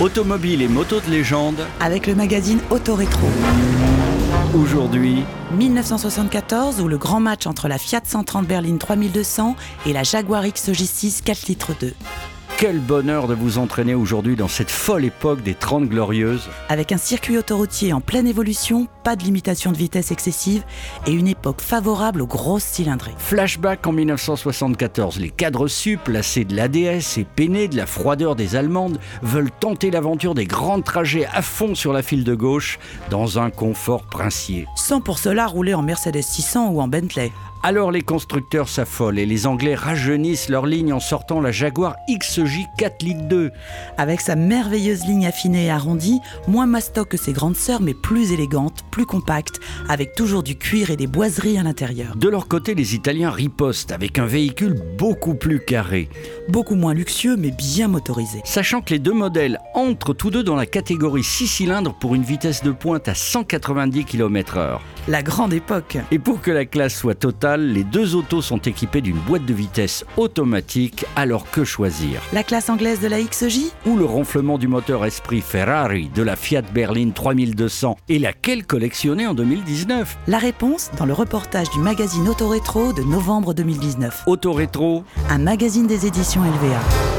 Automobiles et motos de légende, avec le magazine Autorétro. aujourd'hui, 1974 où le grand match entre la Fiat 130 Berline 3200 et la Jaguar XJ6 4 litres 2. quel bonheur de vous entraîner aujourd'hui dans cette folle époque des 30 glorieuses. Avec un circuit autoroutier en pleine évolution, pas de limitation de vitesse excessive et une époque favorable aux grosses cylindrées. Flashback en 1974, les cadres sup, lassés de l'ADS et peinés de la froideur des Allemandes, veulent tenter l'aventure des grands trajets à fond sur la file de gauche, dans un confort princier. Sans pour cela rouler en Mercedes 600 ou en Bentley. Alors les constructeurs s'affolent et les Anglais rajeunissent leur ligne en sortant la Jaguar XJ 4 litres 2. Avec sa merveilleuse ligne affinée et arrondie, moins mastoc que ses grandes sœurs mais plus élégante, plus compacte, avec toujours du cuir et des boiseries à l'intérieur. De leur côté, les Italiens ripostent avec un véhicule beaucoup plus carré. Beaucoup moins luxueux mais bien motorisé. Sachant que les deux modèles entrent tous deux dans la catégorie 6 cylindres pour une vitesse de pointe à 190 km/h. La grande époque Et pour que la classe soit totale, les deux autos sont équipées d'une boîte de vitesse automatique, alors que choisir La classe anglaise de la XJ Ou le ronflement du moteur esprit Ferrari de la Fiat Berline 3200 et laquelle collectionnée en 2019 La réponse dans le reportage du magazine Autorétro de novembre 2019. Autorétro, Un magazine des éditions LVA.